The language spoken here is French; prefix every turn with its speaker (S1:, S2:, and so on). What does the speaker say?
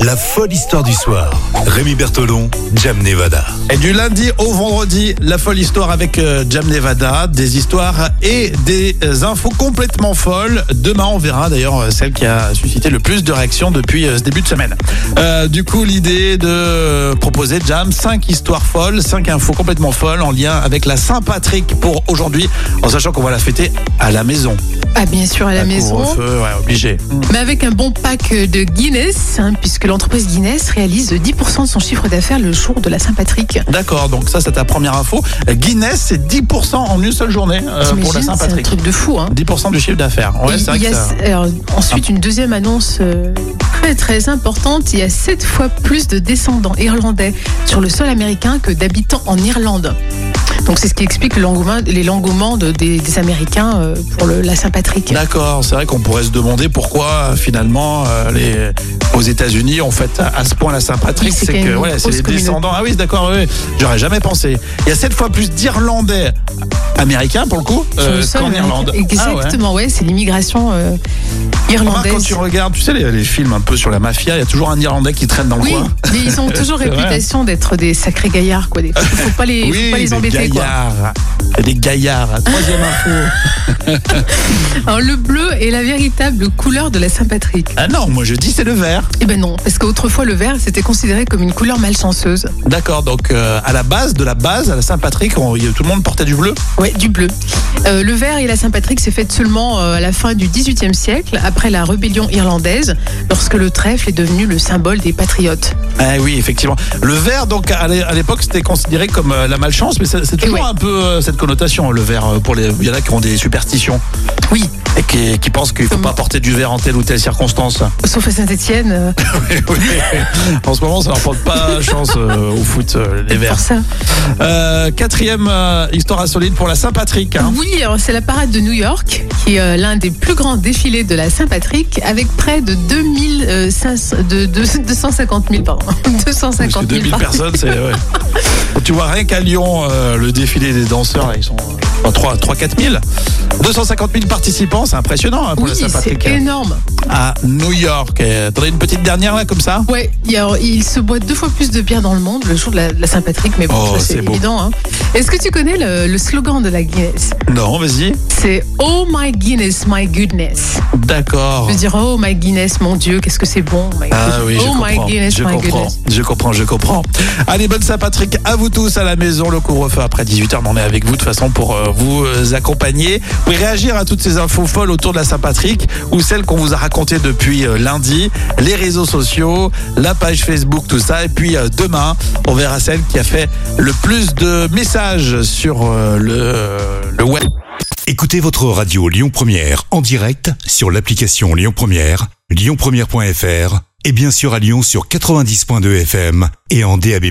S1: La folle histoire du soir. Rémi Bertolon, Jam Nevada.
S2: Et du lundi au vendredi, la folle histoire avec euh, Jam Nevada, des histoires et des euh, infos complètement folles. Demain, on verra d'ailleurs euh, celle qui a suscité le plus de réactions depuis euh, ce début de semaine. Euh, du coup, l'idée de euh, proposer Jam 5 histoires folles, 5 infos complètement folles en lien avec la Saint-Patrick pour aujourd'hui, en sachant qu'on va la fêter à la maison.
S3: Ah bien sûr à la
S2: À
S3: maison,
S2: couvre-feu, ouais, obligé.
S3: mais avec un bon pack de Guinness, hein, puisque l'entreprise Guinness réalise 10% de son chiffre d'affaires le jour de la Saint-Patrick.
S2: D'accord, donc ça c'est ta première info. Guinness, c'est 10% en une seule journée euh, pour la
S3: T'imagines, c'est un
S2: Saint-Patrick.
S3: truc de fou. Hein.
S2: 10% du chiffre d'affaires. Ouais,
S3: Et
S2: c'est vrai
S3: il y
S2: que
S3: a-
S2: ça- Ah.
S3: alors, ensuite, une deuxième annonce euh, très très importante. Il y a 7 fois plus de descendants irlandais sur le sol américain que d'habitants en Irlande. Donc c'est ce qui explique l'engouement- les l'engouement de- des, des Américains euh, pour le- la Saint-Patrick.
S2: D'accord, c'est vrai qu'on pourrait se demander pourquoi euh, finalement euh, les aux États-Unis on fait à, à ce point la Saint-Patrick,
S3: Oui, c'est
S2: c'est
S3: qu'il y a
S2: que
S3: une
S2: voilà, c'est
S3: grosse
S2: les
S3: communauté.
S2: descendants. Ah oui, d'accord, oui, oui. j'aurais jamais pensé. Il y a sept fois plus d'Irlandais américains pour le coup
S3: sur
S2: euh,
S3: le sol
S2: qu'en
S3: américain.
S2: Irlande. Ah ouais.
S3: Exactement, ouais, c'est l'immigration euh,
S2: Remarque,
S3: irlandaise.
S2: quand tu regardes, tu sais les, les films un peu sur la mafia, il y a toujours un Irlandais qui traîne dans le
S3: Oui,
S2: coin.
S3: mais ils ont toujours
S2: C'est vrai.
S3: réputation d'être des sacrés gaillards, quoi. Des- Faut pas les, faut pas les
S2: des
S3: embêter, quoi.
S2: gaillards. Il y a Des gaillards. Troisième info.
S3: Alors, le bleu est la véritable couleur de la Saint-Patrick.
S2: Ah non, moi je dis c'est le vert.
S3: Eh ben non, parce qu'autrefois le vert c'était considéré comme une couleur malchanceuse.
S2: D'accord, donc euh, à la base, de la base à la Saint-Patrick, on- y- tout le monde portait du bleu.
S3: Ouais, du bleu. Euh, le vert et la Saint-Patrick s'est faite seulement euh, à la fin du XVIIIe siècle, après la rébellion irlandaise, lorsque le trèfle est devenu le symbole des patriotes.
S2: Ah oui, effectivement. Le vert, donc à l'é- à l'époque, c'était considéré comme euh, la malchance, mais c'est c'est toujours
S3: Et ouais.
S2: un peu euh, cette connotation, le vert. euh, Pour les, il y en a qui ont des superstitions
S3: Oui,
S2: et qui, qui pensent qu'il faut
S3: Comme-
S2: pas porter du vert en telle ou telle circonstance.
S3: sauf à Saint-Étienne. euh,
S2: en ce moment, ça leur porte pas chance euh, au foot, euh, les verts.
S3: pour ça.
S2: Euh, quatrième euh, histoire insolite pour la Saint-Patrick. hein.
S3: Oui, alors c'est la parade de New York, qui est euh, l'un des plus grands défilés de la Saint-Patrick, avec près de 2000, euh, 500 de, de- 250 000, pardon. 250
S2: Parce que
S3: 000,
S2: 2000
S3: pardon.
S2: personnes, c'est. ouais. Tu vois, rien qu'à Lyon, euh, le défilé des danseurs, là, ils sont euh, 3-4 000. 250 000 participants, c'est impressionnant hein, pour
S3: Oui,
S2: la Saint-Patrick.
S3: c'est énorme.
S2: À New York. Euh, T'en as une petite dernière, là, comme ça
S3: Ouais, il, y a- il se boit deux fois plus de bière dans le monde le jour de la, de la Saint-Patrick, mais bon,
S2: Oh,
S3: ça,
S2: c'est
S3: c'est
S2: beau.
S3: évident. hein. Est-ce que tu connais le, le slogan de la Guinness
S2: Non, vas-y.
S3: C'est Oh my Guinness, my goodness.
S2: D'accord.
S3: Je veux dire Oh my Guinness, mon Dieu, qu'est-ce que c'est bon. my
S2: Ah
S3: goodness.
S2: oui, je
S3: oh my
S2: comprends.
S3: Guinness,
S2: je
S3: my
S2: comprends.
S3: goodness.
S2: Je comprends, je comprends. Allez, bonne Saint-Patrick à vous tous à la maison. Le couvre-feu après 18h, on est avec vous de toute façon pour euh, vous euh, accompagner. Vous pouvez réagir à toutes ces infos folles autour de la Saint-Patrick ou celles qu'on vous a racontées depuis euh, lundi, les réseaux sociaux, la page Facebook, tout ça. Et puis euh, demain, on verra celle qui a fait le plus de messages sur euh, le, le web.
S1: Écoutez votre radio Lyon Première en direct sur l'application Lyon Première, lyonpremière.fr et bien sûr à Lyon sur 90.2 FM et en DAB+.